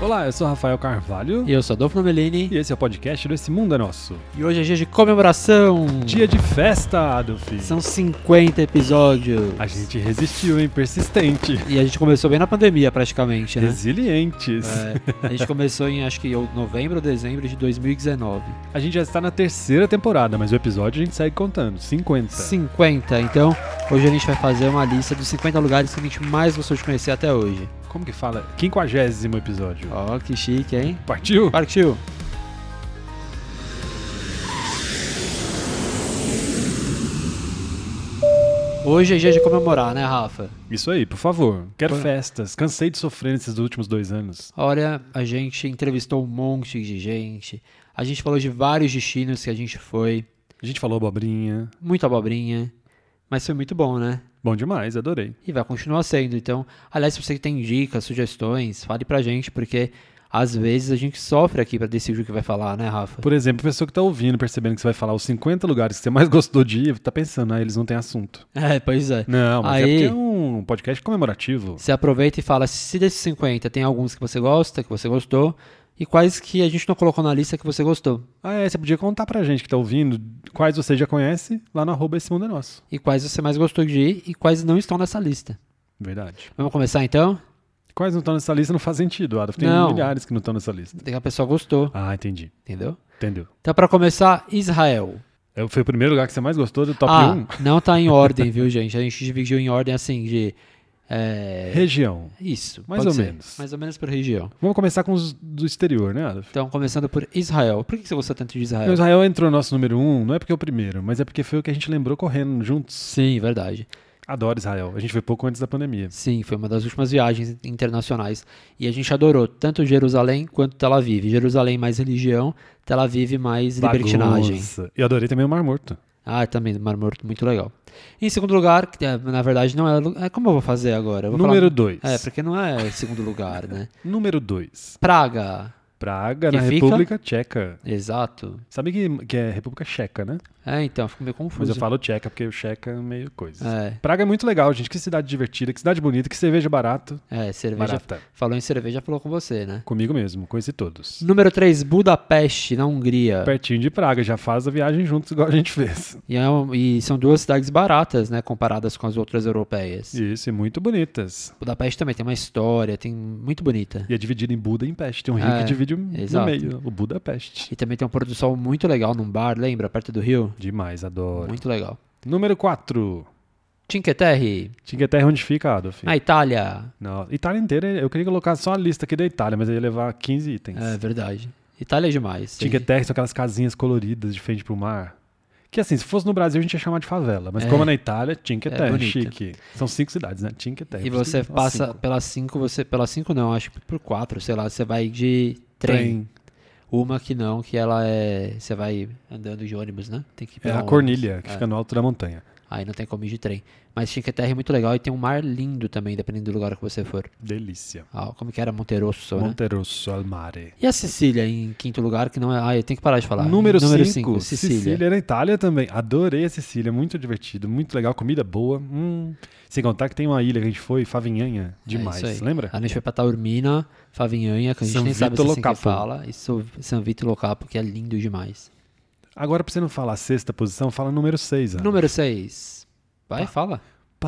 Olá, eu sou Rafael Carvalho E eu sou Adolfo Nomelini. e esse é o podcast do Esse Mundo é Nosso. E hoje é dia de comemoração. Dia de festa, Adolf. São 50 episódios. A gente resistiu, hein? Persistente. E a gente começou bem na pandemia, É. praticamente, né? Resilientes. É, a gente começou em, acho que, ou- novembro ou dezembro de 2019. A gente já está na terceira temporada, mas o episódio a gente segue contando. 50. 50, então hoje a gente vai fazer uma lista dos 50 lugares que a gente mais gostou de conhecer até hoje. Como que fala? Quinquagésimo episódio. Ó, que chique, hein? Partiu? Partiu! Hoje é dia de comemorar, né, Rafa? Isso aí, por favor. Quero Bora. festas. Cansei de sofrer nesses últimos dois anos. Olha, a gente entrevistou um monte de gente. A gente falou de vários destinos que a gente foi. A gente falou abobrinha. Muita abobrinha. Mas foi muito bom, né? Bom demais, adorei. E vai continuar sendo. Então, aliás, se você que tem dicas, sugestões, fale pra gente, porque às vezes a gente sofre aqui pra decidir o que vai falar, né, Rafa? Por exemplo, a pessoa que tá ouvindo, percebendo que você vai falar os 50 lugares que você mais gostou de ir, tá pensando, ah, eles não têm assunto. É, pois é. Não, mas é Aí- porque é um podcast comemorativo. Você aproveita e fala se desses 50 tem alguns que você gosta, que você gostou, e quais que a gente não colocou na lista que você gostou. Ah, é, você podia contar pra gente que tá ouvindo quais você já conhece lá no arroba Esse Mundo é Nosso. E quais você mais gostou de ir e quais não estão nessa lista. Verdade. Vamos começar então? Quais não estão nessa lista não faz sentido, Adolf. Tem Não. milhares que não estão nessa lista. Tem que a pessoa gostou, Ah, entendi. entendeu? Entendeu. Então, pra começar, Israel. É, Foi o primeiro lugar que você mais gostou do top ah, 1? não tá em ordem, viu, gente? A gente dividiu em ordem assim de. é, Região. Isso. Mais pode ou ser. menos. Mais ou menos por região. Vamos começar com os do exterior, né, Adolf? Então, começando por Israel. Por que que você gostou tanto de Israel? O Israel entrou no nosso número 1, não é porque é o primeiro, mas é porque foi o que a gente lembrou correndo juntos. Sim, verdade. Adoro Israel. A gente foi pouco antes da pandemia. Sim, foi uma das últimas viagens internacionais. E a gente adorou tanto Jerusalém quanto Tel Aviv. Jerusalém mais religião, Tel Aviv mais libertinagem. Bagunça. E adorei também o Mar Morto. Ah, também do Mar Morto, muito legal. Em segundo lugar, que eh, na verdade não é. lu- é, Como eu vou fazer agora? Eu vou Número falar- 2. É, porque não é segundo lugar, né? Número 2. Praga. Praga, Que na fica? República Tcheca. Exato. Sabe que, que é República Checa, né? É, então, fico meio confuso. Mas eu falo Tcheca porque o Checa é meio coisa. É, Praga é muito legal, gente. Que cidade divertida, que cidade bonita, que cerveja barato. é, cerveja. Barata. Falou em cerveja, falou com você, né? Comigo mesmo, conheci todos. Número 3, Budapeste, na Hungria. Pertinho de Praga, já faz a viagem juntos igual a gente fez. E, é um- e são duas cidades baratas, né? Comparadas com as outras europeias. Isso, e muito bonitas. Budapeste também tem uma história, tem muito bonita. E é dividido em Buda e em Peste. Tem um rio É, que divide o- no exato. meio, o Budapeste. E também tem um pôr do sol muito legal num bar, lembra? Perto do rio? Demais, adoro. Muito legal. Número 4. Cinque Terre, Tinha até onde fica, Adolf. na Itália. Não, Itália inteira, eu queria colocar só a lista aqui da Itália, mas eu ia levar 15 itens. É verdade. Itália é demais. Tem- Cinque Terre são aquelas casinhas coloridas de frente pro mar. Que assim, se fosse no Brasil a gente ia chamar de favela, mas É. como é na Itália, Cinque É Terre, bonito. chique. São cinco cidades, né? Cinque Terre. E Por isso você que- ó, passa cinco. pelas cinco, você. Pelas cinco não, acho que por quatro, sei lá, você vai de trem. trem. Uma que não, que ela é. Você vai andando de ônibus, né? Tem que É pegar a um Cornilha, que É. fica no alto da montanha. ônibus. Aí não tem como ir de trem. Mas Cinque Terre é muito legal e tem um mar lindo também, dependendo do lugar que você for. Delícia. Ah, como que era? Monterosso, né? Monterosso al mare. E a Sicília em quinto lugar, que não é. Ah, eu tenho que parar de falar. Número cinco, 5, Sicília. Sicília. na Itália também. Adorei a Sicília, muito divertido, muito legal, comida boa. Hum. Sem contar que tem uma ilha que a gente foi, Favinhanha, demais, É isso aí. Ah. lembra? A gente foi pra Taormina, Favinhanha, que a gente San nem sabe Vito se é Lo assim que Capo. fala. E Sou- San Vito Locapo, que é lindo demais. Agora, pra você não falar sexta posição, fala número 6. Número 6. Vai, Tá. fala.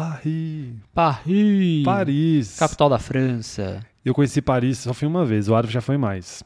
Paris. Paris. Paris. Capital da França. Eu conheci Paris, só fui uma vez, o Adolf já foi mais.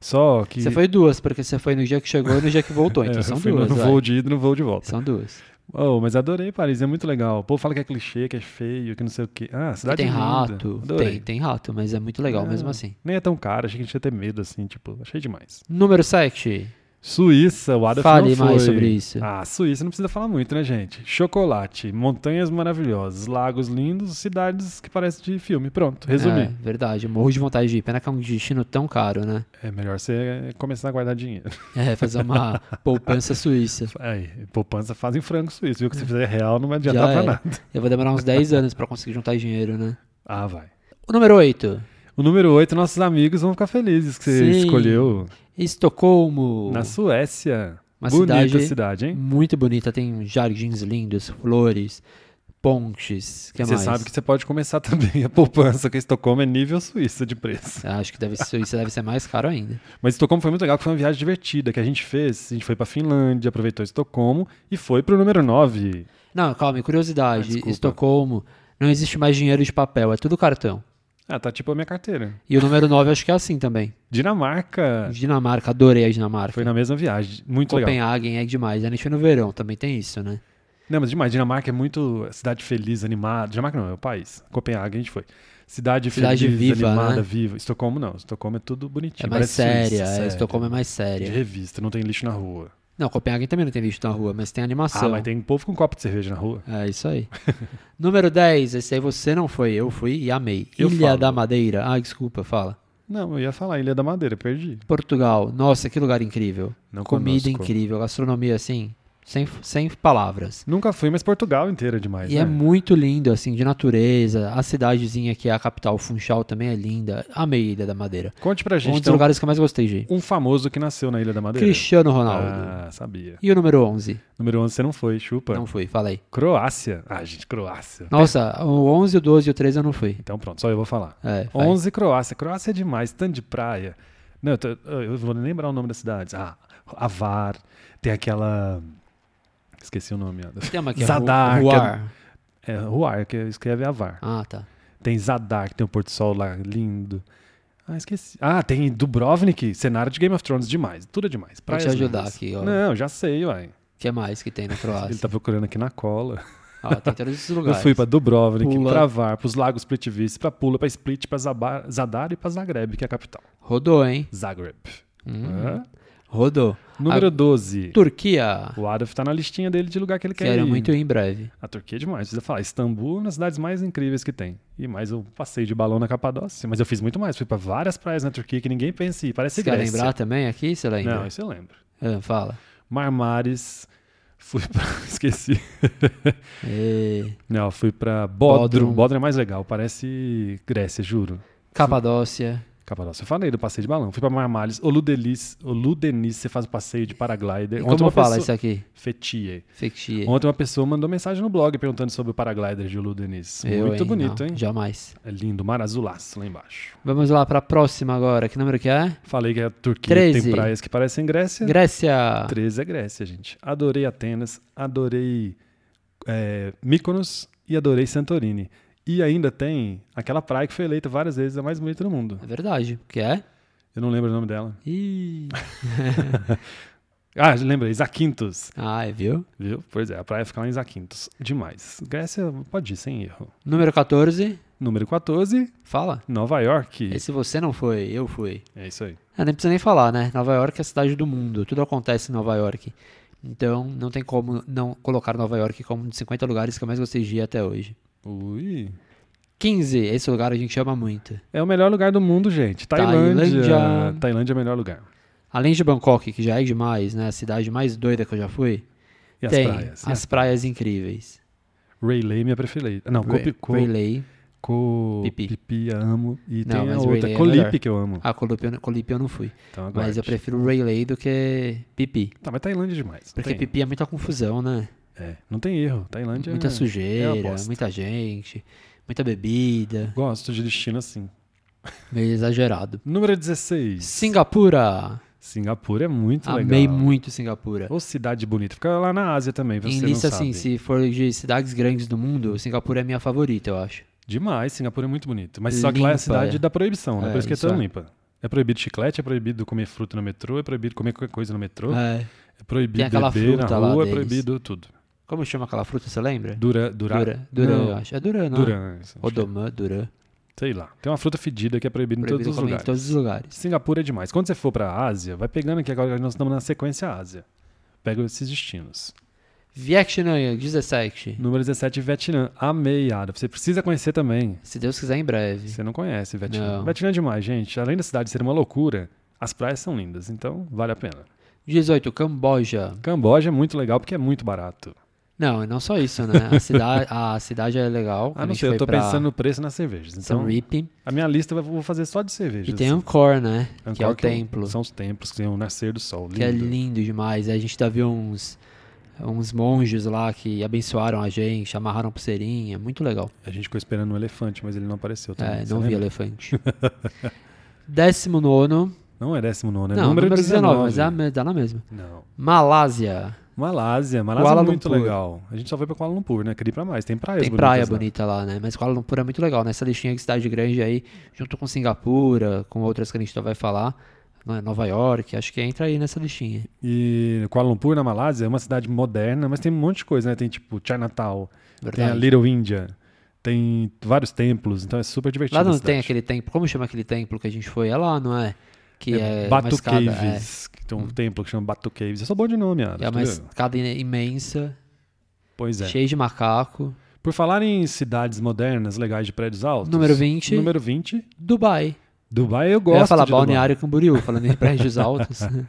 Só que. Você foi duas, porque você foi no dia que chegou e no dia que voltou. É, Então eu são fui no- duas. No vai. voo de ida e no voo de volta. São duas. Oh, mas adorei Paris, é muito legal. O povo fala que é clichê, que é feio, que não sei o quê. Ah, E cidade tem linda. rato. Adorei. Tem, tem rato, mas é muito legal É. mesmo assim. Nem é tão caro, achei que a gente ia ter medo, assim, tipo, achei demais. Número 7. Suíça, o Adolf Fale não foi. mais sobre isso. Ah, Suíça não precisa falar muito, né, gente? Chocolate, montanhas maravilhosas, lagos lindos, cidades que parecem de filme. Pronto, É, resumi. verdade, eu morro de vontade de ir. Pena que é um destino tão caro, né? É, melhor você começar a guardar dinheiro. É, fazer uma poupança suíça. Aí, É, poupança faz em franco suíço, viu? Que se fizer real não vai É. Já é. adiantar pra era. nada. Eu vou demorar uns 10 anos pra conseguir juntar dinheiro, né? Ah, vai. O número 8. O número 8, nossos amigos vão ficar felizes que você Sim. escolheu. Estocolmo. Na Suécia. Uma Bonita cidade- cidade, hein? Muito bonita, tem jardins lindos, flores, Ponches. Que você mais? sabe que você pode começar também a poupança, que Estocolmo é nível Suíça de preço. Eu Acho que deve ser, isso deve ser mais caro ainda. Mas Estocolmo foi muito legal, que foi uma viagem divertida que a gente fez. A gente foi pra Finlândia, aproveitou Estocolmo e foi pro número 9. Não, calma, Ah, curiosidade. desculpa. Estocolmo, não existe mais dinheiro de papel, é tudo cartão. Ah, tá tipo a minha carteira. E o número 9 acho que é assim também. Dinamarca. Dinamarca, adorei a Dinamarca. É. Foi na mesma viagem. Muito legal. Copenhagen é demais. A gente foi no verão, também tem isso, né? Não, mas demais. Dinamarca é muito cidade feliz, animada. Dinamarca não, é o país. Copenhague a gente foi. Cidade, Cidade feliz, viva, animada, né? viva. Estocolmo não. Estocolmo é tudo bonitinho. É Parece mais séria, Suíça, é, sério. Estocolmo é mais De séria. revista, não tem lixo na rua. Não, Copenhagen também não tem lixo na rua, mas tem animação. Ah, mas tem povo com copo de cerveja na rua. É isso aí. Número 10, esse aí você não foi, eu fui e amei. Eu Ilha falo. da Madeira. Ah, desculpa, fala. Não, eu ia falar Ilha da Madeira, perdi. Portugal. Nossa, que lugar incrível. Não Comida conosco. incrível, gastronomia assim, sem, sem palavras. Nunca fui, mas Portugal inteira é demais, E né? é muito lindo, assim, de natureza. A cidadezinha que é a capital, Funchal, também é linda. Amei Ilha da Madeira. Conte pra um gente, dos então, lugares que eu mais gostei, de. ir. um famoso que nasceu na Ilha da Madeira. Cristiano Ronaldo. Ah, sabia. E o número 11? Número 11 você não foi, chupa. Não fui, falei. Croácia. Ah, gente, Croácia. Nossa, o 11, o 12 e o 13 eu não fui. Então pronto, só eu vou falar. É, vai. 11, Croácia. Croácia é demais, tanto de praia. Não, eu, tô- eu vou lembrar o nome das cidades. Ah, Avar, tem aquela... Esqueci o nome. ó. Tem uma que é Zadar, Zadar, que é- É, Ruar, que escreve Avar. Ah, tá. Tem Zadar, que tem o Porto Sol lá, lindo. Ah, esqueci. Ah, tem Dubrovnik, cenário de Game of Thrones demais. Tudo é demais. Pra Praias te ajudar lindas. aqui, ó. Não, já sei, uai. O que é mais que tem na Ele Croácia? tá procurando aqui na cola. Ah, tem todos esses Eu lugares. fui pra Dubrovnik, Pula. pra Var, pros Lagos Plitvice, pra Pula, pra Split, pra Zabar- Zadar e pra Zagreb, que é a capital. Rodou, hein? Zagreb. Hum, Hã? Rodou. Número 12. Turquia. O Adolf tá na listinha dele de lugar que ele quer Quero ir. muito ir em breve. A Turquia é demais, precisa falar. Istambul, é uma das cidades mais incríveis que tem. E mais eu passei de balão na Capadócia, mas eu fiz muito mais. Fui pra várias praias na Turquia que ninguém pensa em ir. Parece Você quer Grécia. lembrar também aqui? Você Não, lembra? isso eu lembro. Ah, fala. Marmares, fui pra... Esqueci. E... Não, fui pra Bodrum. Bodrum. Bodrum é mais legal, parece Grécia, juro. Capadócia. Capadócia, eu falei do passeio de balão. Fui pra Marmares, Oludelis, Oludenis, você faz o passeio de paraglider. E Ontem como uma fala pessoa- isso aqui? Fetie. Fictie. Ontem uma pessoa mandou mensagem no blog perguntando sobre o paraglider de Oludenis. Eu, Muito hein? bonito, Não, hein? Jamais. É lindo, mar azulaço lá embaixo. Vamos lá pra próxima agora. Que número que é? Falei que a Turquia 13. tem praias que parecem Grécia. Grécia. 13 é Grécia, gente. Adorei Atenas, adorei é, Mykonos e adorei Santorini. E ainda tem aquela praia que foi eleita várias vezes a mais bonita do mundo. É verdade. Que é? Eu não lembro o nome dela. Ih. Ah, lembrei, Zakynthos. Ah, é, viu? Viu? Pois é, a praia fica lá em Zakynthos. Demais. Grécia pode ir, sem erro. Número 14. Número 14, Fala. Nova York. Esse você não foi, eu fui. É isso aí. Ah, nem precisa nem falar, né? Nova York é a cidade do mundo. Tudo acontece em Nova York. Então, não tem como não colocar Nova York como um dos 50 lugares que eu mais gostei de ir até hoje. Ui. 15. Esse lugar a gente ama muito. É o melhor lugar do mundo, gente. Tailândia. Tailândia. Tailândia é o melhor lugar. Além de Bangkok, que já é demais, né? A cidade mais doida que eu já fui. E as tem praias. as praias incríveis. Rayleigh, é minha preferida. Não, Re- Copico. Relay. Co... Pipi. Pipi, eu amo. E Não, tem a mas outra, Rayleigh é Colipe, melhor. que eu amo. Ah, Colipe eu, não- Colipe eu não fui. Então, agora. Mas eu prefiro Relay do que Pipi. Tá, mas Tailândia é demais. Porque tem. Pipi é muita confusão, né? É, não tem erro. Tailândia é- Muita é uma sujeira, bosta. muita gente, muita bebida. Gosto de destino assim. Meio exagerado. Número 16. Singapura! Singapura é muito Amei legal. muito Singapura. Ou cidade bonita. Fica lá na Ásia também, você em não lista, sabe. assim, se for de cidades grandes do mundo, Singapura é minha favorita, eu acho. Demais, Singapura é muito bonito. Mas só que lá é a Limpa, cidade é. da proibição, né? É, Por isso que é isso tão é. limpa. É proibido chiclete, é proibido comer fruta no metrô, é proibido comer qualquer coisa no metrô, é, É. proibido aquela beber na fruta lá rua, é deles. proibido tudo. Como chama aquela fruta, você lembra? Dura, dura, Dura. Duran, Não. eu acho. É Duran, não? é? Duran. isso, Ou acho que é. Domã, Duran. Sei lá. Tem uma fruta fedida que é proibida em Proibido todos os comer em lugares. todos os lugares. Singapura é demais. Quando você for pra Ásia, vai pegando aqui agora que nós estamos na sequência Ásia. Pega esses destinos. Vietnã, 17. Número 17, Vietnã. Amei, Adam. Você precisa conhecer também. Se Deus quiser, em breve. Você não conhece Vietnã. Não. Vietnã é demais, gente. Além da cidade ser uma loucura, as praias são lindas, então vale a pena. 18. Camboja. Camboja é muito legal porque é muito barato. Não, e não só isso, né? A cidade, a cidade é legal. Ah, Quando a não gente sei, eu foi tô pra pensando no preço nas cervejas. Então, Siem Reap. a minha lista eu vou fazer só de cervejas. E tem assim. Angkor, né? que é Angkor, o templo. é São os templos, que tem o nascer do sol. Lindo. Que é lindo demais. Aí a gente ainda viu uns uns monges lá que abençoaram a gente, amarraram pulseirinha, muito legal. A gente ficou esperando um elefante, mas ele não apareceu também. É, você não vi lembra? elefante. Décimo nono. Não é 19, é Não, número, 19. mas é a me- dá na mesma. Não. Malásia. Malásia, Malásia Kuala é muito Lumpur. legal. A gente só foi pra Kuala Lumpur, né? Queria ir pra mais. Tem praias Tem bonitas praia lá. bonita lá, né? Mas Kuala Lumpur é muito legal, né? Essa listinha de cidade grande aí, junto com Singapura, com outras que a gente ainda vai falar, né? Nova York, acho que entra aí nessa listinha. E Kuala Lumpur, na Malásia, é uma cidade moderna, mas tem um monte de coisa, né? Tem tipo Chinatown, tem a Verdade. Little India, tem vários templos, então é super divertido. lá não a tem cidade. aquele templo, como chama aquele templo que a gente foi? É lá, não é? Que é, uma Batu escada, é. Caves, que tem um templo que chama Batu Caves. Eu sou bom de nome, Aras. É tá uma vendo? escada in- imensa, Pois é. cheia de macaco. Por falar em cidades modernas, legais de prédios altos. Número 20. Número 20. Dubai. Dubai eu Eu gosto. ia falar de Balneário Camboriú, falando em prédios altos. Ah, Dubai.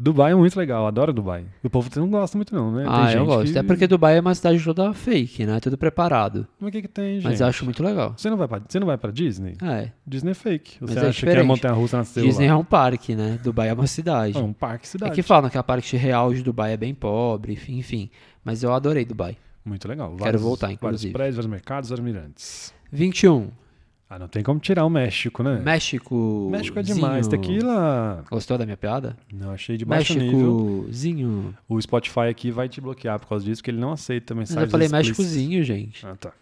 Dubai é muito legal, eu adoro Dubai. O povo não gosta muito, não, né? ah, tem gente eu gosto. que- É porque Dubai é uma cidade toda fake, né? Tudo preparado. Mas o que, que tem, gente? Mas eu acho muito legal. Você não vai pra, você não vai pra Disney? É. Disney é fake. Você Mas é acha que a diferente. Montanha Russa nasceu Disney lá? é um parque, né? Dubai é uma cidade. É um parque cidade. É que falam que a parte real de Dubai é bem pobre, enfim, enfim. Mas eu adorei Dubai. Muito legal. Quero voltar, Vários inclusive. prédios, vários mercados, vários mirantes. 21. Ah, não tem como tirar o México, né? México. México é demais. Tequila. Gostou da minha piada? Não, achei de baixo nível. Méxicozinho. O Spotify aqui vai te bloquear por causa disso, porque ele não aceita Mas mensagens eu falei explícitas. Méxicozinho, gente. Ah, tá.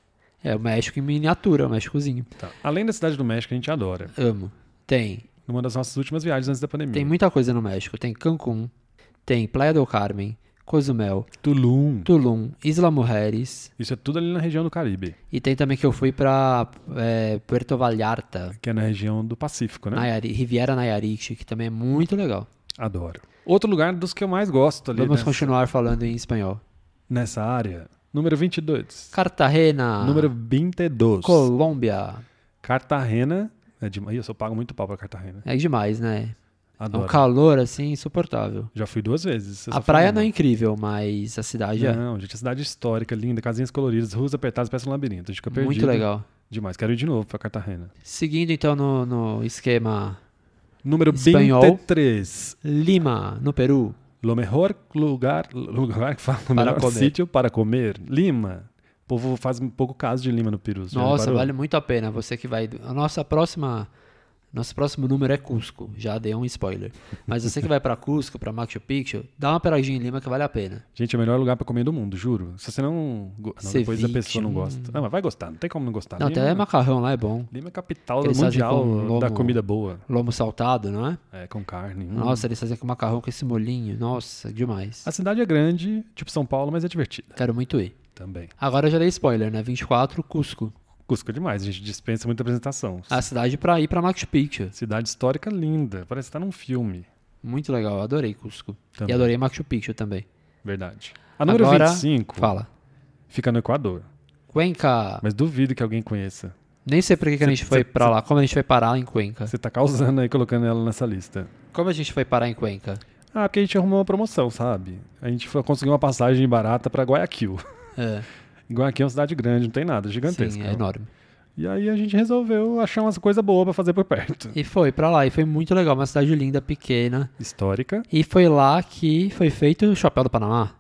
É o México em miniatura, o Méxicozinho. tá. Além da cidade do México, a gente adora. Amo. Tem. Numa das nossas últimas viagens antes da pandemia. Tem muita coisa no México. Tem Cancún, tem Playa del Carmen, Cozumel, Tulum. Tulum, Isla Mujeres. Isso é tudo ali na região do Caribe, E tem também que eu fui pra é, Puerto Vallarta, que é na região do Pacífico, né? Nayari- Riviera Nayarit, que também é muito legal. Adoro. Outro lugar dos que eu mais gosto ali Vamos nessa, continuar falando em espanhol. nessa área. Número 22. Cartagena, Número 22. Ah. Colômbia. Cartagena. É demais. Ih, Eu só pago muito pau pra Cartagena. É demais, né? É Adoro. um calor assim insuportável. Já fui duas vezes. A praia não é incrível, mas a cidade é Não, gente, a cidade histórica, linda, casinhas coloridas, ruas apertadas, parece um labirinto. A gente fica perdido. muito legal. Demais. Quero ir de novo pra Cartagena. Seguindo então no, no esquema Número Espanhol. 23. Lima, no Peru. Lo mejor lugar, lugar que fala, o Para melhor comer. sítio para comer. Lima. O povo faz um pouco caso de Lima no Peru. você já Nossa, reparou? vale muito a pena. Você que vai. A nossa próxima. Nosso próximo número é Cusco. Já dei um spoiler. Mas você que vai pra Cusco, pra Machu Picchu, dá uma paradinha em Lima que vale a pena. Gente, é o melhor lugar pra comer do mundo, juro. Se você não. go- Não, depois a Ceviche, pessoa não gosta. Não, mas vai gostar, não tem como não gostar. um Não, até macarrão lá é bom. Lima é a capital Eles fazem mundial com um lomo. da comida boa. Lomo saltado, não é? É, com carne. hum. Nossa, eles fazem com macarrão com esse molinho. Nossa, demais. A cidade é grande, tipo São Paulo, mas é divertida Quero muito ir. também. Agora eu já dei spoiler, né? 24, Cusco. Cusco é demais, a gente dispensa muita apresentação. A cidade pra ir pra Machu Picchu. Cidade histórica linda, parece estar num filme. Muito legal, eu adorei Cusco. Também. E adorei Machu Picchu também. Verdade. A número Agora, 25 Fala. fica no Equador, Cuenca. mas duvido que alguém conheça. Nem sei por que que a Cê- gente foi cê- pra lá. Como a gente foi parar em Cuenca? Você tá causando aí colocando ela nessa lista. Como a gente foi parar em Cuenca? Ah, porque a gente arrumou uma promoção, sabe? A gente foi, conseguiu uma passagem barata pra Guayaquil. É, Guayaquil é uma cidade grande, não tem nada, gigantesca. sim, é enorme. E aí a gente resolveu achar umas coisas boas pra fazer por perto. E foi pra lá, e foi muito legal, uma cidade linda, pequena. Histórica, E foi lá que foi feito o Chapéu do Panamá.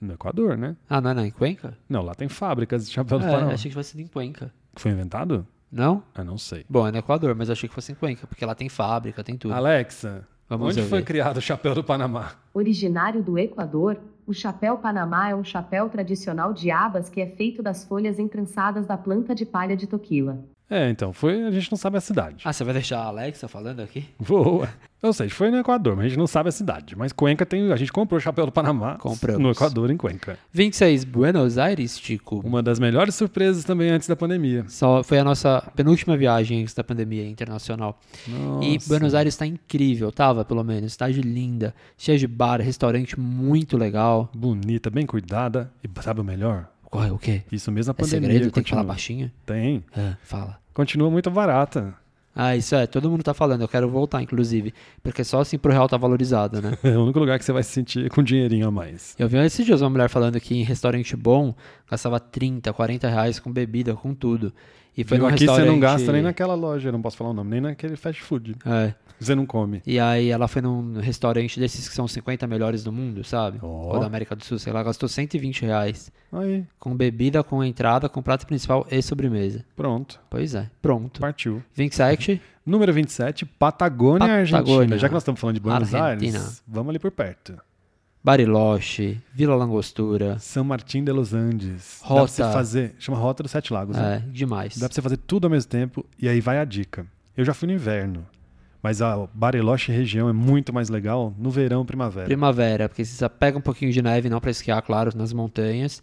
no Equador, né? Ah, não é não, em Cuenca? Não, lá tem fábricas de chapéu do Panamá. É, achei que fosse em Cuenca. Que foi inventado? Não? Ah, não sei. Bom, é no Equador, mas eu achei que fosse em Cuenca, porque lá tem fábrica, tem tudo. Alexa, Vamos onde ver. foi criado o chapéu do Panamá? Originário do Equador, o chapéu Panamá é um chapéu tradicional de abas que é feito das folhas entrançadas da planta de palha de toquila. É, então, foi. A gente não sabe a cidade. Ah, você vai deixar a Alexa falando aqui? Boa. Ou seja, foi no Equador, mas a gente não sabe a cidade. Mas Cuenca tem. A gente comprou o chapéu do Panamá Compramos. no Equador, em Cuenca. 26, Buenos Aires, Chico. Uma das melhores surpresas também antes da pandemia. Só foi a nossa penúltima viagem antes da pandemia internacional. E Nossa. Buenos Aires tá incrível, tava pelo menos. Cidade linda, cheia de bar, restaurante muito legal. Bonita, bem cuidada. E sabe o melhor? Corre o quê? Isso mesmo a É pandemia. segredo? Tem que continua. É. falar baixinho? Tem. Ah, fala. Continua muito barata. Ah, isso é, todo mundo tá falando, eu quero voltar, inclusive. Porque só assim pro real tá valorizado, né? É o único lugar que você vai se sentir com dinheirinho a mais. Eu vi esses dias uma mulher falando que em restaurante bom gastava 30, 40 reais com bebida, com tudo. E foi Viu, num aqui você não restaurante- gasta nem naquela loja, eu não posso falar o nome, nem naquele fast food. É. Você não come. E aí ela foi num restaurante desses que são 50 melhores do mundo, sabe? Ó. Ou da América do Sul, sei lá, gastou 120 reais. Aí, Com bebida, com entrada, com prato principal e sobremesa. pronto, Pois é, pronto. partiu. Vinx Act, Número 27, Patagônia, Argentina. Patagônia. Já que nós estamos falando de Buenos Argentina. Aires, vamos ali por perto. Bariloche, Vila Langostura. São Martín de los Andes. Dá pra Rota. você fazer, chama Rota dos Sete Lagos. né? É, demais. Dá pra você fazer tudo ao mesmo tempo e aí vai a dica. Eu já fui no inverno, mas a Bariloche região é muito mais legal no verão, primavera. Primavera, porque você só pega um pouquinho de neve, não pra esquiar, claro, nas montanhas.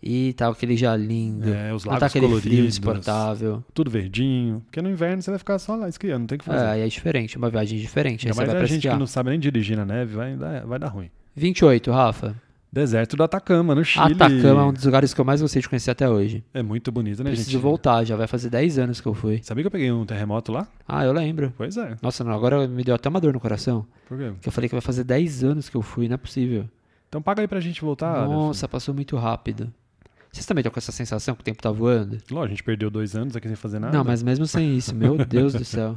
E tá aquele já lindo. É, os não lagos tá aquele frio coloridos. insuportável. Tudo verdinho, porque no inverno você vai ficar só lá esquiando, não tem o que É, fazer. aí é diferente, uma viagem diferente. Aí Ainda você mais vai a pra gente esquiar. que não sabe nem dirigir na neve, vai dar, vai dar ruim. 28, Rafa. Deserto do Atacama, no Chile. Atacama é um dos lugares que eu mais gostei de conhecer até hoje. É muito bonito, né, Preciso gente? voltar, já vai fazer 10 anos que eu fui. Sabia que eu peguei um terremoto lá? Ah, eu lembro. Pois é. Nossa, não, agora me deu até uma dor no coração. Por quê? Que eu falei que vai fazer 10 anos que eu fui, não é possível. Então paga aí pra gente voltar. Aleph. Nossa, passou muito rápido. Vocês também estão com essa sensação que o tempo tá voando? Lógico, a gente perdeu dois anos aqui sem fazer nada. Não, mas mesmo sem isso, meu Deus do céu.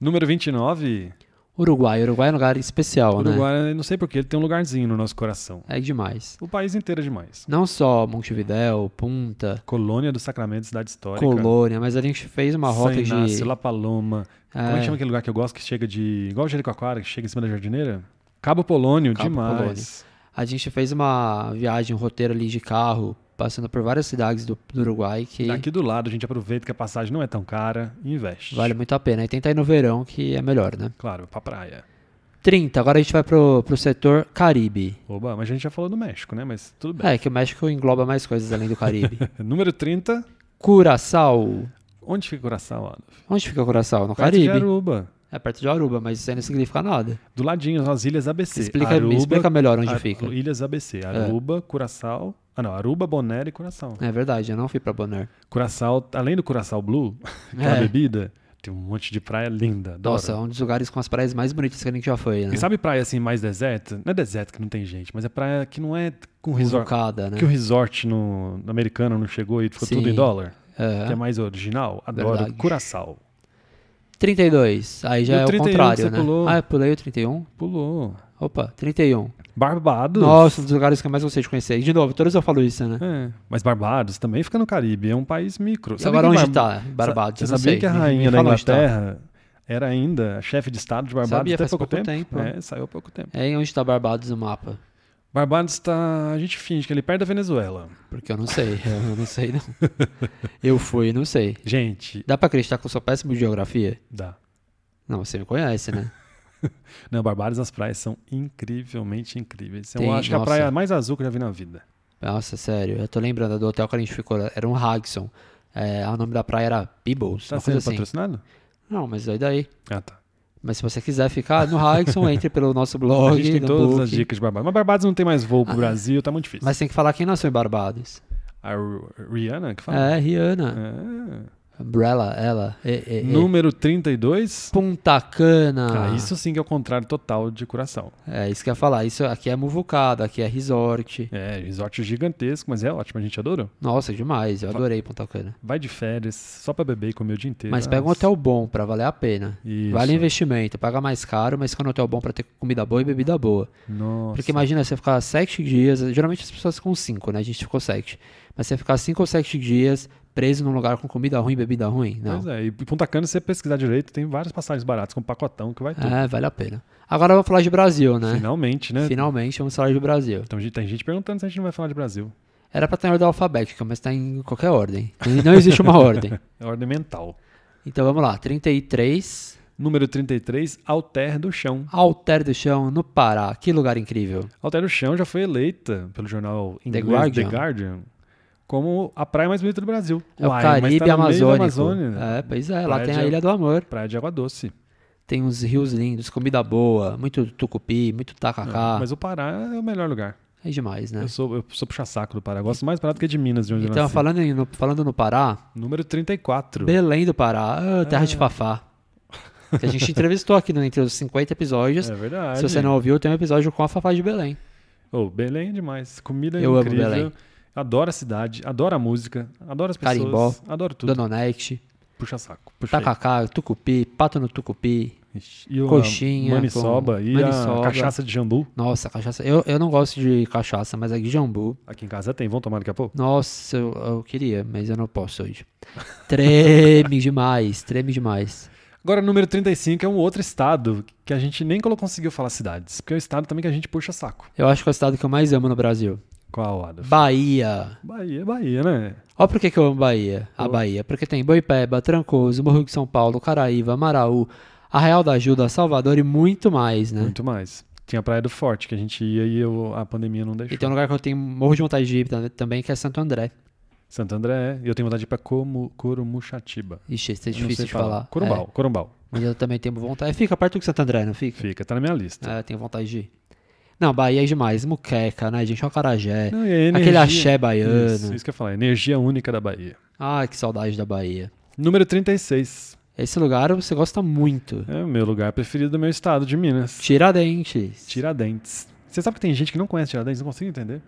Número 29, Uruguai, Uruguai é um lugar especial, né? Uruguai, eu não sei porquê, ele tem um lugarzinho no nosso coração. É demais. O país inteiro é demais. Não só Montevidéu, Punta, Colônia do Sacramento, cidade histórica. Colônia, mas a gente fez uma rota San Inácio, de. La Paloma. Como é que chama aquele lugar que eu gosto que chega de. igual o Jericoacoara, que chega em cima da jardineira? Cabo Polônio, Cabo demais. A gente fez uma viagem, um roteiro ali de carro, passando por várias cidades do, do Uruguai que Aqui do lado, a gente aproveita que a passagem não é tão cara e investe. vale muito a pena. E tenta ir no verão, que é melhor, né? Claro, pra praia. 30, agora a gente vai pro, pro setor Caribe. Oba, mas a gente já falou do México, né? Mas tudo bem. É, que o México engloba mais coisas além do Caribe. Número 30, Curaçao. onde fica Curaçao, Adolf? Onde fica Curaçao? No Perto de Caribe. Aruba. É perto de Aruba, mas isso aí não significa nada. Do ladinho, as ilhas ABC. Explica, Aruba, me explica melhor onde Ar- fica. Ilhas ABC. Aruba, Curaçao. Ah, não. Aruba, Bonaire e Curaçao. É verdade, eu não fui pra Bonaire. Curaçao, além do Curaçao Blue, que é uma É. bebida, tem um monte de praia linda. adoro. Nossa, é um dos lugares com as praias mais bonitas que a gente já foi, né? E sabe praia assim mais deserta? Não é deserto que não tem gente, mas é praia que não é com resort. Batucada, né? Que o resort no, no americano não chegou e ficou Sim. tudo em dólar, que é É. mais original. Adoro. Verdade. Curaçao. 32, aí E já o é o 31 que contrário, você né? pulou? Ah, eu pulei o 31? Pulou. Opa, 31. Barbados. Nossa, um dos lugares que eu mais gostei de conhecer. E, De novo, todos eu falo isso, né? É, mas Barbados também fica no Caribe, é um país micro. E Sabe agora que onde Bar- tá? Barbados, Você eu não sabia sei. que é a Me- me rainha da fala onde tá. Inglaterra era ainda a chefe de estado de Barbados Sabia, até faz pouco, pouco tempo? tempo. É, saiu há pouco tempo. É em onde tá Barbados no mapa? Barbados tá, a gente finge que ele perto da Venezuela. Porque eu não sei, eu não sei não. Eu fui, não sei. Gente, Dá pra acreditar que eu sou péssimo de geografia? dá. Não, você me conhece, né? Não, Barbados as praias são incrivelmente incríveis. Eu Tem, acho que é a nossa. praia mais azul que eu já vi na vida. Nossa, sério, eu tô lembrando do hotel que a gente ficou, era um Hagson. É, o nome da praia era Peebles, Tá uma sendo coisa assim. patrocinado? Não, mas aí daí. Ah, tá. Mas se você quiser ficar no Hagson, entre pelo nosso blog. a gente tem no todas as Booking. Ah, dicas de Barbados. Mas Barbados não tem mais voo pro Brasil, tá muito difícil. Mas tem que falar quem nasceu em Barbados. A Ru- Rihanna que fala? É, Rihanna. Ah. Umbrella, ela. E, e, e. Número 32. Punta Cana. Ah, isso sim que é o contrário total de Curaçao. É, isso que eu ia falar. Isso aqui é muvucada, aqui é resort. É, resort gigantesco, mas é ótimo, a gente adorou. Nossa, demais. Eu adorei Punta Cana. Vai de férias, só pra beber e comer o dia inteiro. Mas pega um hotel bom pra valer a pena. Isso. Vale o investimento. Paga mais caro, mas fica no hotel bom pra ter comida boa e bebida boa. Nossa. Porque imagina você ficar sete dias. Geralmente as pessoas ficam cinco, né? A gente ficou sete. Mas você ficar cinco ou sete dias preso num lugar com comida ruim, bebida ruim. Não. Pois é, e Punta Cana, se você pesquisar direito, tem várias passagens baratas, com pacotão que vai tudo. É, vale a pena. Agora eu vou falar de Brasil, né? Finalmente, né? Finalmente vamos falar de Brasil. Então gente- tem gente perguntando se a gente não vai falar de Brasil. Era pra estar em ordem alfabética, mas tá em qualquer ordem. E Não existe uma ordem. É ordem mental. Então vamos lá. 33, Número 33, Alter do Chão. Alter do Chão, no Pará. Que lugar incrível. Alter do Chão já foi eleita pelo jornal inglês The Guardian, Guardian. como a praia mais bonita do Brasil. É Uai, o Caribe mas tá no meio da Amazônico. Amazônia, né? É, pois é, lá Praia tem a de- Ilha do Amor. Praia de Água Doce. Tem uns rios lindos, comida boa, muito tucupi, muito tacacá. Mas o Pará é o melhor lugar. É demais, né? Eu sou, eu sou puxa-saco do Pará. Gosto mais do Pará do que de Minas, de onde eu Então, nasci. falando, em- no, falando no Pará, Número 34. Belém do Pará, ah, terra É. de Fafá. Que a gente entrevistou aqui no- entre os 50 episódios. É verdade. Se você não ouviu, tem um episódio com a Fafá de Belém. Ô, Belém é demais. Comida é Eu amo incrível. Belém. Adoro a cidade, adoro a música, adoro as pessoas, Carimbó. Tá adoro tudo. Dononete, Puxa saco. Puxa aí. tacacá, tucupi, pato no tucupi. Ixi, E uma coxinha com- Maniçoba e maniçoba. a cachaça de jambu. Nossa, cachaça. Eu, eu não gosto de cachaça, mas a Guijambu. Aqui em casa tem, vão tomar daqui a pouco? Nossa, eu, eu queria, mas eu não posso hoje. Treme demais, treme demais. Agora, número 35 é um outro estado que a gente nem colo- conseguiu falar cidades, porque é um estado também que a gente puxa saco. Eu acho que é o estado que eu mais amo no Brasil. Qual, Adolf? Bahia. Bahia, é Bahia, né? Ó, por que, que eu amo Bahia? A Bahia. Porque tem Boipeba, Trancoso, Morro de São Paulo, Caraíva, Maraú, Arraial da Ajuda, Salvador e muito mais, né? Muito mais. Tinha a Praia do Forte que a gente ia e eu- a pandemia não deixou. E tem um lugar que eu tenho morro de vontade de ir tam- também, que é Santo André. Santo André, e eu tenho vontade de ir pra Comu- Corumuxatiba. Ixi, isso é Eu não difícil sei de falar. Corumbau, É, Corumbau. mas eu também tenho vontade. É, Fica perto do Santo André, não fica? Fica, tá na minha lista. É, eu tenho vontade de ir. Não, Bahia é demais. Muqueca, né, gente? Acarajé. Não, e a Aquele energia- axé baiano. Isso, isso que eu ia falar, energia única da Bahia. Ai, que saudade da Bahia. Número 36. Esse lugar você gosta muito. É o meu lugar preferido do meu estado, de Minas. Tiradentes. Tiradentes. Você sabe que tem gente que não conhece Tiradentes, não consigo entender.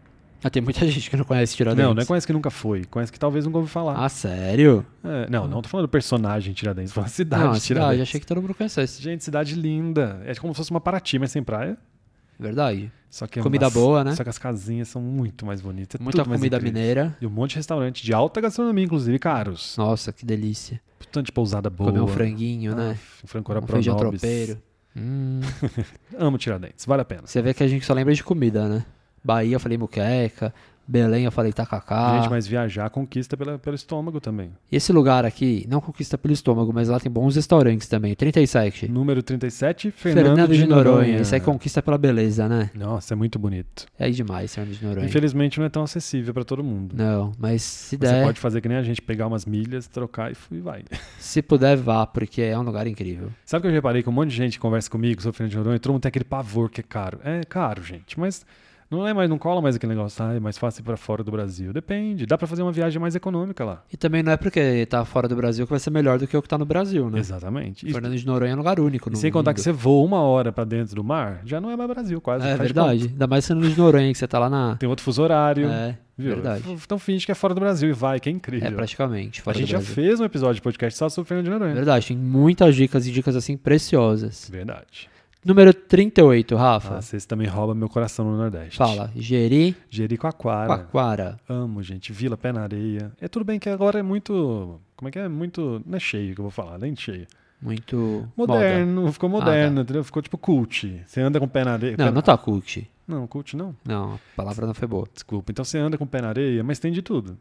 Ah, tem muita gente que não conhece Tiradentes. Não, não é conhece que nunca foi, conhece que talvez nunca ouviu falar. Ah, sério? É, não, não tô falando do personagem Tiradentes, tô falando da cidade não, a Tiradentes. cidade. Achei que todo mundo conhecesse. Gente, cidade linda. É como se fosse uma Paraty, mas sem praia. Verdade. Só que é Comida umas- boa, né? Só que as casinhas são muito mais bonitas. é Muita tudo mais comida incrível. mineira. E um monte de restaurante de alta gastronomia, inclusive, caros. Nossa, que delícia. Tanto de pousada boa. Comer um franguinho, né? Um frango era Um feijão tropeiro. Hum, Amo Tiradentes, vale a pena. você vê que a gente só lembra de comida, né? Bahia eu falei muqueca. Belém eu falei tacacá. Gente, mas viajar conquista pela- pelo estômago também. E esse lugar aqui, não conquista pelo estômago, mas lá tem bons restaurantes também. 37. Número 37, Fernando, Fernando, de, Noronha. Isso é aí conquista pela beleza, né? Nossa, é muito bonito. É demais, Fernando de Noronha. Infelizmente não é tão acessível pra todo mundo. Não, é. mas se Mas Você der, pode fazer que nem a gente, pegar umas milhas, trocar e fu- e vai. se puder, vá, porque é um lugar incrível. Sabe que eu reparei que um monte de gente conversa comigo sobre Fernando de Noronha e todo mundo tem aquele pavor que é caro. É caro, gente, mas não é mais, não cola mais aquele negócio, ah, é mais fácil ir pra fora do Brasil. Depende, dá pra fazer uma viagem mais econômica lá. E também não é porque tá fora do Brasil que vai ser melhor do que o que tá no Brasil, né? Exatamente. E, Fernando de Noronha é um lugar único. e no sem contar mundo. que você voa uma hora pra dentro do mar, já não é mais Brasil, quase. É faz de verdade. conta. Ainda mais Fernando de Noronha, que você tá lá na. Tem outro fuso horário. É, viu? verdade. Então finge que é fora do Brasil e vai, que é incrível. É praticamente. a Fora gente do já Brasil. fez né? um episódio de podcast só sobre Fernando de Noronha. Verdade, tem muitas dicas e dicas assim preciosas. Verdade. Número 38, Rafa. Ah, vocês também roubam meu coração no Nordeste. Fala, Jeri Jericoacoara. Paquara. Amo, gente. Vila, pé na areia. É tudo bem que agora é muito. Como é que é? Muito. Não é cheio que eu vou falar, nem cheio. Muito Moda. Moderno, ficou moderno, Ah, entendeu? Ficou tipo cult. Você anda com pé na areia. Não, pé não tá cult. na... não, cult não. Não, a palavra não foi boa. Desculpa. Então você anda com pé na areia, mas tem de tudo.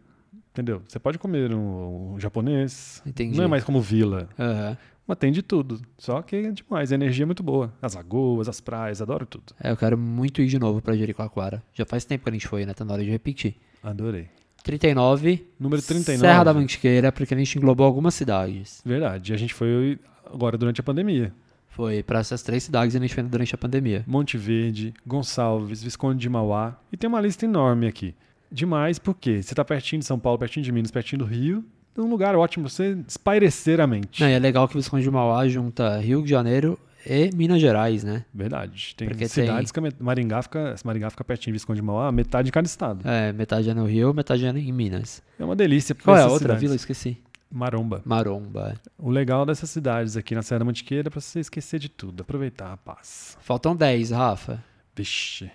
Entendeu? Você pode comer um, um japonês. Entendi. Não é mais como vila, Aham. mas tem de tudo. Só que é demais, a energia é muito boa. As lagoas, as praias, adoro tudo. É, eu quero muito ir de novo pra Jericoacoara. Já faz tempo que a gente foi, né? Tá na hora de repetir. Adorei. 39. Número 39. Serra da Mantiqueira, porque a gente englobou algumas cidades. Verdade. E a gente foi agora durante a pandemia. Foi pra essas três cidades e a gente foi durante a pandemia. Monte Verde, Gonçalves, Visconde de Mauá. E tem uma lista enorme aqui. Demais porque você tá pertinho de São Paulo, pertinho de Minas, pertinho do Rio. É um lugar ótimo pra você espairecer a mente. Não, e é legal que o Visconde de Mauá junta Rio de Janeiro e Minas Gerais, né? Verdade. Tem Porque cidades que a Maringá fica, Maringá fica pertinho de Visconde de Mauá, metade de cada estado. É, metade é no Rio, metade é em Minas. É uma delícia. pra Qual é a essas outra cidades. vila? Esqueci. Maromba. Maromba. O legal dessas cidades aqui na Serra da Mantiqueira é pra você esquecer de tudo, aproveitar a paz. Faltam 10, Rafa. Vixe.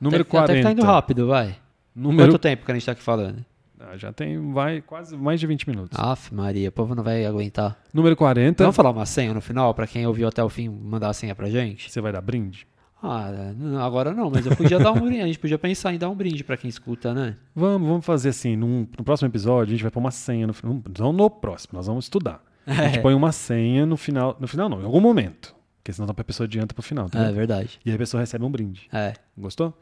Número até, 40. Até que tá indo rápido, vai. Número... Quanto tempo que a gente tá aqui falando? Ah, já tem vai, quase mais de 20 minutos. Aff, Maria, o povo não vai aguentar. Número 40. Vamos falar uma senha no final, pra quem ouviu até o fim mandar a senha pra gente? Você vai dar brinde? Ah, n- agora não, mas eu podia dar um brinde. A gente podia pensar em dar um brinde pra quem escuta, né? Vamos, vamos fazer assim, num- no próximo episódio a gente vai pôr uma senha no final, não no próximo, nós vamos estudar. É. A gente põe uma senha no final, no final não, em algum momento, porque senão a pessoa adianta pro final, tá É vendo? verdade. E aí a pessoa recebe um brinde. É. Gostou?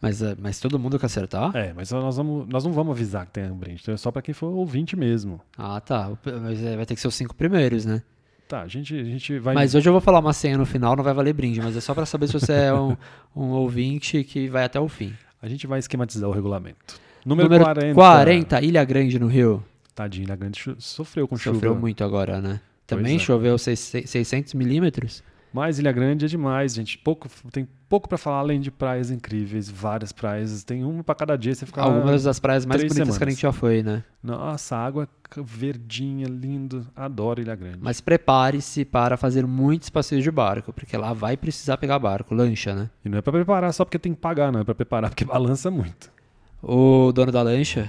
Mas, é, mas todo mundo que acertar? É, mas só nós, vamos, nós não vamos avisar que tem um brinde, então é só pra quem for ouvinte mesmo. Ah, tá. O p- Mas é, vai ter que ser os cinco primeiros, né? Tá, a gente, a gente vai... Mas hoje eu vou falar uma senha no final, não vai valer brinde, mas é só pra saber se você é um, um ouvinte que vai até o fim. A gente vai esquematizar o regulamento. Número, 40. 40, Ilha Grande no Rio. Tadinho, a grande chu- sofreu com Sofreu chuva. muito agora, né? Também é. choveu seis- seis- 600 milímetros. Mas Ilha Grande é demais, gente. Pouco, tem pouco pra falar além de praias incríveis, várias praias. Tem uma pra cada dia, você fica. Algumas das praias mais Ah, três bonitas que a semanas. gente já foi, né? Nossa, água c- verdinha, lindo. Adoro Ilha Grande. Mas prepare-se para fazer muitos passeios de barco, porque lá vai precisar pegar barco, lancha, né? E não é pra preparar só porque tem que pagar, não. É pra preparar porque balança muito. O dono da lancha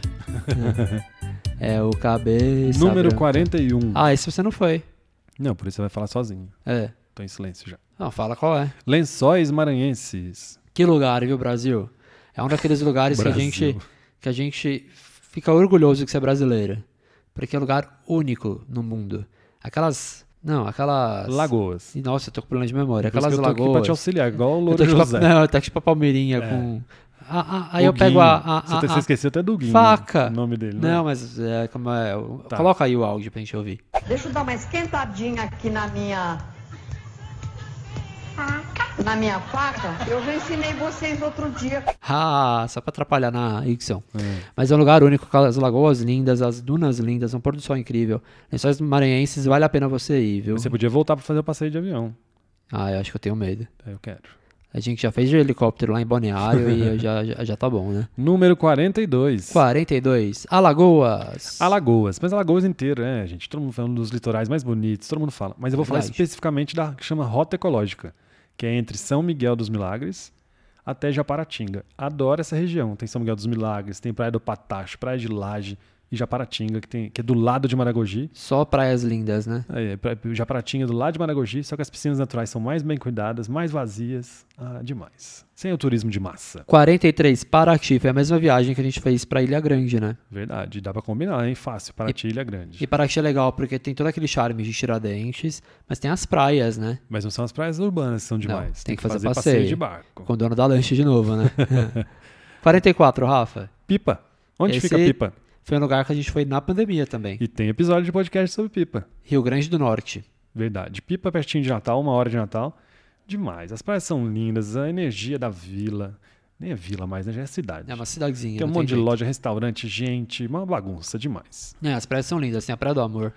é o cabeça. Número branca. 41. Ah, esse você não foi. Não, por isso você vai falar sozinho. É. Tô em silêncio já. Não, fala qual é. Lençóis Maranhenses. Que lugar, viu, Brasil? É um daqueles lugares que a Brasil. gente que a gente fica orgulhoso de ser brasileiro, porque é um lugar único no mundo. Aquelas, não, aquelas Lagoas. E, Nossa, eu tô com problema de Ah, memória. É Por isso Aquelas que eu tô aqui pra lagoas. te auxiliar, igual o eu tô Louro tipo, José. não, eu tô tipo a palmeirinha com Ah, ah, aí O eu pego a, Guinho. a- você, tá a- te- você a- esqueceu até do Guinho. faca. O nome dele, né? Não, mas é, como é, o- Tá. coloca aí o áudio pra gente ouvir. Deixa eu dar uma esquentadinha aqui na minha. Na minha faca. Eu já ensinei vocês outro dia. Ah, só pra atrapalhar na Ixon. É. Mas é um lugar único, com as lagoas lindas, as dunas lindas, um pôr do sol incrível. Lençóis maranhenses, vale a pena você ir, viu? Você podia voltar pra fazer o passeio de avião. Ah, eu acho que eu tenho medo. É, Eu quero. A gente já fez de helicóptero lá em Balneário e eu já, já, já tá bom, né? Número 42. 42. Alagoas. Alagoas. Mas Alagoas inteiro, é, gente. Todo mundo falando dos litorais mais bonitos, todo mundo fala. Mas eu vou falar Verdade. especificamente da que chama Rota Ecológica, que é entre São Miguel dos Milagres até Japaratinga. Adoro essa região. Tem São Miguel dos Milagres, tem Praia do Patacho, Praia de Laje e Japaratinga, que, tem, que é do lado de Maragogi. Só praias lindas, né? É, pra- Japaratinga do lado de Maragogi, só que as piscinas naturais são mais bem cuidadas, mais vazias. Ah, demais. Sem o turismo de massa. 43. Paraty. Foi a mesma viagem que a gente fez pra Ilha Grande, né? Verdade. Dá pra combinar, hein? Fácil. Paraty, Ilha Grande. E Paraty é legal porque tem todo aquele charme de Tiradentes, mas tem as praias, né? Mas não são as praias urbanas que são demais. tem que fazer passeio. de barco. Com o dono da lancha de novo, né? 44, Rafa. Pipa. Onde Esse- fica Pipa? Foi um lugar que a gente foi na pandemia também. E tem episódio de podcast sobre Pipa. Rio Grande do Norte. Verdade. Pipa pertinho de Natal, uma hora de Natal. Demais. As praias são lindas, a energia da vila. Nem é vila mais, né? Já é cidade. É uma cidadezinha. tem um não monte de jeito. loja, restaurante, gente, uma bagunça demais. É, as praias são lindas. Tem a Praia do Amor,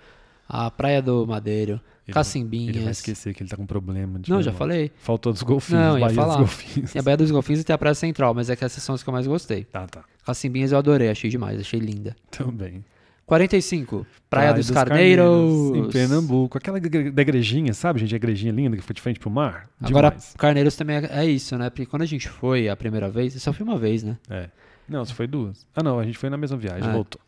a Praia do Madeiro, Ele- Cacimbinhas. Ele vai esquecer que ele tá com problema de Não, já memória. falei. Faltou dos golfinhos, Não, eu ia Bahia dos falar. golfinhos. Tem a Baía dos Golfinhos e tem a Praia Central, mas é que essas são as que eu mais gostei. Tá, tá. Cacimbinhas eu adorei, achei demais, achei linda. Também. 45. Praia, dos, Carneiros. Em Pernambuco. Aquela igre- da igrejinha, sabe, gente? A igrejinha linda que foi de frente pro mar. Agora, Demais. Carneiros também é, é isso, né? Porque quando a gente foi a primeira vez, eu só fui uma vez, né? É. Não, só foi duas. Ah, não, a gente foi na mesma viagem, É. voltou.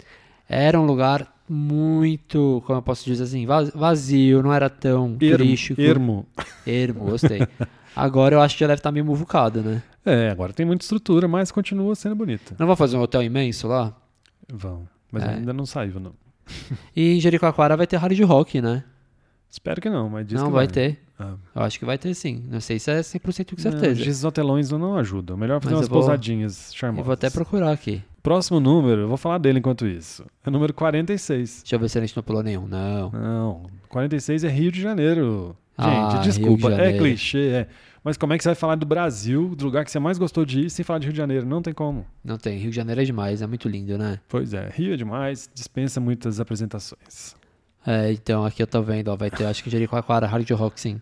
Era um lugar muito, como eu posso dizer assim, va- vazio, não era tão turístico. ermo. Ermo, gostei. Agora eu acho que já deve estar meio muvucado, né? É, agora tem muita estrutura, mas continua sendo bonita. Não vou fazer um hotel imenso lá? Vão. Mas É. ainda não saiu, não. E em Jericoacoara vai ter rally de rock, né? Espero que não, mas diz não, que vai ter. Ah. Eu acho que vai ter sim. Não sei se é 100% com Não, certeza. esses hotelões não ajudam. Melhor fazer Mas umas eu vou- pousadinhas eu charmosas. vou até procurar aqui. Próximo número, eu vou falar dele enquanto isso. É o número 46. Deixa eu ver se a gente não pulou nenhum. Não. Não, 46 é Rio de Janeiro. Gente, Ah, desculpa, Rio de é Janeiro. clichê, é. Mas como é que você vai falar do Brasil, do lugar que você mais gostou de ir, sem falar de Rio de Janeiro? Não tem como. Não tem. Rio de Janeiro é demais. É muito lindo, né? Pois é, Rio é demais, dispensa muitas apresentações. É, então aqui eu tô vendo. Ó, vai ter, acho que Jericoacoara, rally de rock sim.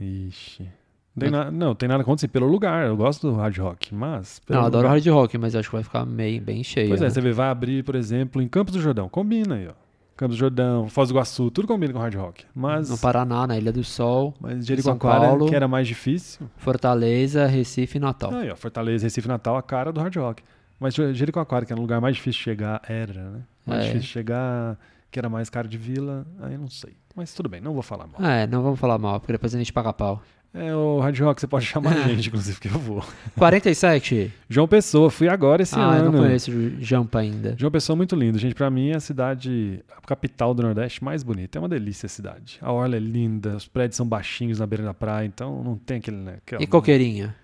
Ixi. Não tem, na- não, tem nada contra assim, pelo lugar. Eu gosto do hard rock, mas. Pelo Não, eu adoro lugar. hard rock, mas eu acho que vai ficar meio, bem cheio. Pois é, né? você vê, vai abrir, por exemplo, em Campos do Jordão. Combina aí, ó. Campos do Jordão, Foz do Iguaçu, tudo combina com hard rock. Mas. No Paraná, na Ilha do Sol, Mas São Jericoacoara, Paulo. que era mais difícil. Fortaleza, Recife e Natal. Aí, ó, Fortaleza, Recife, Natal, a cara do hard rock. Mas Je- Jericoacoara, que era um lugar mais difícil de chegar, era, né? Mais É. difícil de chegar, que era mais caro de vila, aí não sei. Mas tudo bem, não vou falar mal. Ah, é, não vamos falar mal, porque depois a gente paga pau. É, o hard rock você pode chamar a gente, inclusive, que eu vou. 47? João Pessoa, fui agora esse ah, eu ano. não conheço o Jampa ainda. João Pessoa é muito lindo, gente. Pra mim é a cidade, a capital do Nordeste mais bonita. É uma delícia a cidade. A orla é linda, os prédios são baixinhos na beira da praia, então não tem aquele. Né, aquela- E Coqueirinha?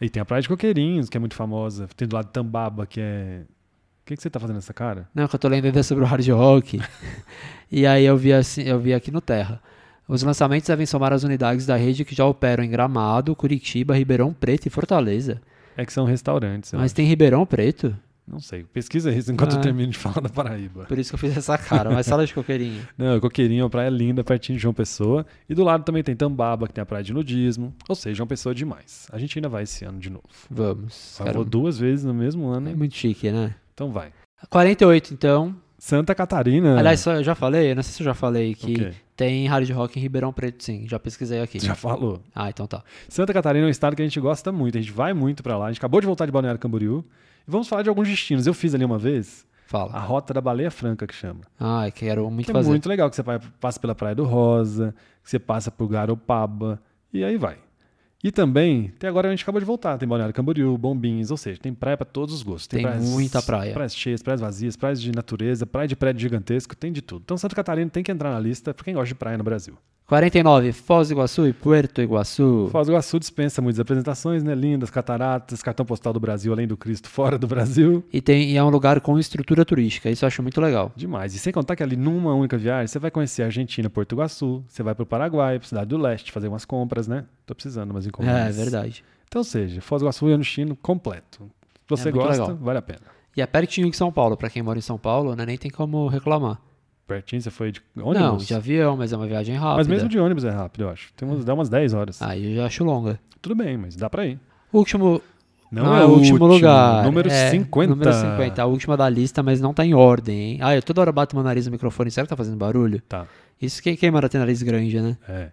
E tem a praia de Coqueirinhos, que é muito famosa. Tem do lado Tambaba, que é. O que, que você tá fazendo nessa cara? Não, que eu tô lendo ainda sobre o hard rock. e aí eu vi, assim, eu vi aqui no Terra. Os lançamentos devem somar as unidades da rede que já operam em Gramado, Curitiba, Ribeirão Preto e Fortaleza. É que são restaurantes. eu Mas tem Ribeirão Preto? acho. Não sei. Pesquisa isso enquanto eu Ah. termino de falar da Paraíba. Por isso que eu fiz essa cara, mas sala de coqueirinho. Não, Coqueirinho é uma praia linda, pertinho de João Pessoa. E do lado também tem Tambaba, que tem a praia de nudismo. Ou seja, João Pessoa é demais. A gente ainda vai esse ano de novo. Vamos. Só Cara, vou duas vezes no mesmo ano, é hein? muito chique, né? Então vai. 48, então. Santa Catarina. Aliás, só, eu já falei, eu não sei se eu já falei, que Ah. O quê? tem hard rock em Ribeirão Preto, sim. Já pesquisei aqui. já falou. Ah, então tá. Santa Catarina é um estado que a gente gosta muito, a gente vai muito pra lá. A gente acabou de voltar de Balneário Camboriú. E vamos falar de alguns destinos. Eu fiz ali uma vez a Fala. rota da Baleia Franca, que chama. Ai, quero muito Que é fazer. muito legal, que você vai- passa pela Praia do Rosa, que você passa por Garopaba, e aí vai. E também, até agora a gente acabou de voltar, tem Balneário Camboriú, Bombinhos, ou seja, tem praia pra todos os gostos. Tem muita praia. Praias cheias, praias vazias, praias de natureza, praia de prédio gigantesco, tem de tudo. Então Santa Catarina tem que entrar na lista pra quem gosta de praia no Brasil. 49, Foz do Iguaçu e Puerto Iguaçu. Foz do Iguaçu dispensa muitas apresentações, né? Lindas, cataratas, cartão postal do Brasil, além do Cristo, fora do Brasil. E, tem, e é um lugar com estrutura turística, isso eu acho muito legal. Demais. E sem contar que ali numa única viagem, você vai conhecer a Argentina, Porto Iguaçu, você vai pro Paraguai, pra Cidade do Leste, fazer umas compras, né? Tô precisando umas encomendas. É, é verdade. Então, ou seja, Foz do Iguaçu e no Chino completo. Se você É muito gosta, legal. vale a pena. E é pertinho de São Paulo, pra quem mora em São Paulo, né, nem tem como reclamar. Pertinho, você foi de Não, ônibus? de avião, mas é uma viagem rápida. Mas mesmo de ônibus é rápido, eu acho. Tem umas, dá umas 10 horas. Aí eu já acho longa. Tudo bem, mas dá pra ir. Último, Não, é o último, Ah, lugar. Número É, 50. Número 50, a última da lista, mas não tá em ordem, hein? Ah, eu toda hora bato meu nariz no microfone, será que tá fazendo barulho? Tá. Isso quem, quem mora tem nariz grande, né? É.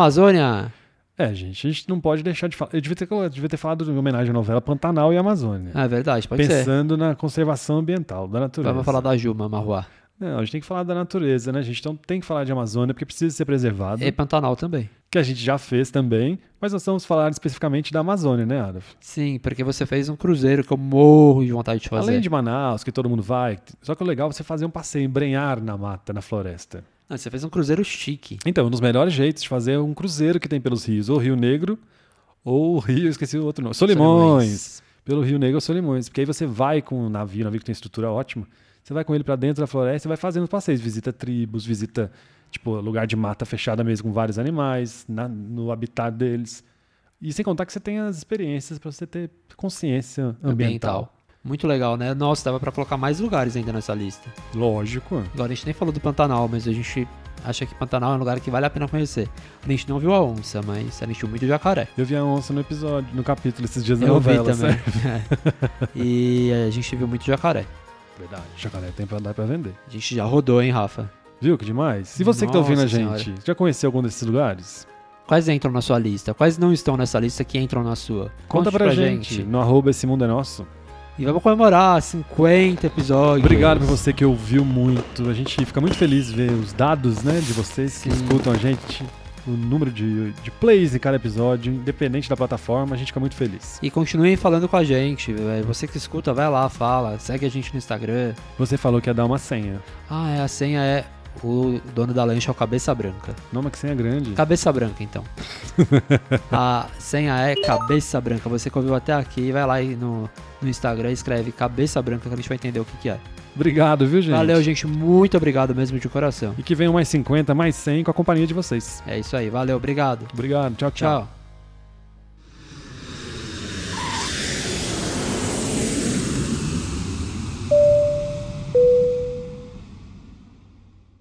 Amazônia! É, gente, a gente não pode deixar de falar. Eu devia ter, eu devia ter falado em homenagem à novela Pantanal e Amazônia. Ah, é verdade, pode ser. pensando na conservação ambiental da natureza. Vamos falar da Juma, Marruá. Não, a gente tem que falar da natureza, né? A gente então tem que falar de Amazônia porque precisa ser preservado, E Pantanal também. que a gente já fez também, mas nós vamos falar especificamente da Amazônia, né, Adolf? Sim, porque você fez um cruzeiro que eu morro de vontade de fazer. Além de Manaus, que todo mundo vai, só que o legal é você fazer um passeio, embrenhar na mata, na floresta. Não, você fez um cruzeiro chique. Então, um dos melhores jeitos de fazer é um cruzeiro que tem pelos rios, ou Rio Negro, ou o Rio, esqueci o outro nome, Solimões. pelo Rio Negro aos Solimões. Porque aí você vai com o navio, o navio que tem estrutura ótima, você vai com ele pra dentro da floresta e vai fazendo os passeios. Visita tribos, visita, tipo, lugar de mata fechada mesmo com vários animais, na- no habitat deles. E sem contar que você tem as experiências pra você ter consciência É ambiental. Muito legal, né? Nossa, dava pra colocar mais lugares ainda nessa lista. Lógico. Agora a gente nem falou do Pantanal, mas a gente acha que Pantanal é um lugar que vale a pena conhecer. A gente não viu a onça, mas a gente viu muito jacaré. Eu vi a onça no episódio, no capítulo esses dias na Eu vi novela. também. sabe? É. e a gente viu muito jacaré. Verdade. Jacaré tem pra dar pra vender. A gente já rodou, hein, Rafa? Viu que demais? E você que tá ouvindo a Nossa gente, já conheceu algum desses lugares? Quais entram na sua lista? Quais não estão nessa lista que entram na sua? Conta Conte pra, gente. no arroba Esse Mundo é Nosso. E vamos comemorar 50 episódios. Obrigado por você que ouviu muito. A gente fica muito feliz ver os dados, né, de vocês que Sim. escutam a gente, o número de, de plays em cada episódio, independente da plataforma, a gente fica muito feliz. E continuem falando com a gente. velho. Você que escuta, vai lá, fala. Segue a gente no Instagram. Você falou que ia dar uma senha. Ah, é, a senha é o dono da lancha é o Cabeça Branca. Não, mas que senha grande. Cabeça Branca, então. a senha é Cabeça Branca. Você que ouviu até aqui, vai lá e no, no Instagram e escreve Cabeça Branca que a gente vai entender o que, que é. Obrigado, viu, gente? Valeu, gente. Muito obrigado mesmo de coração. E que venham mais 50, mais 100 com a companhia de vocês. É isso aí. Valeu, obrigado. Obrigado. Tchau, tchau. Tchau.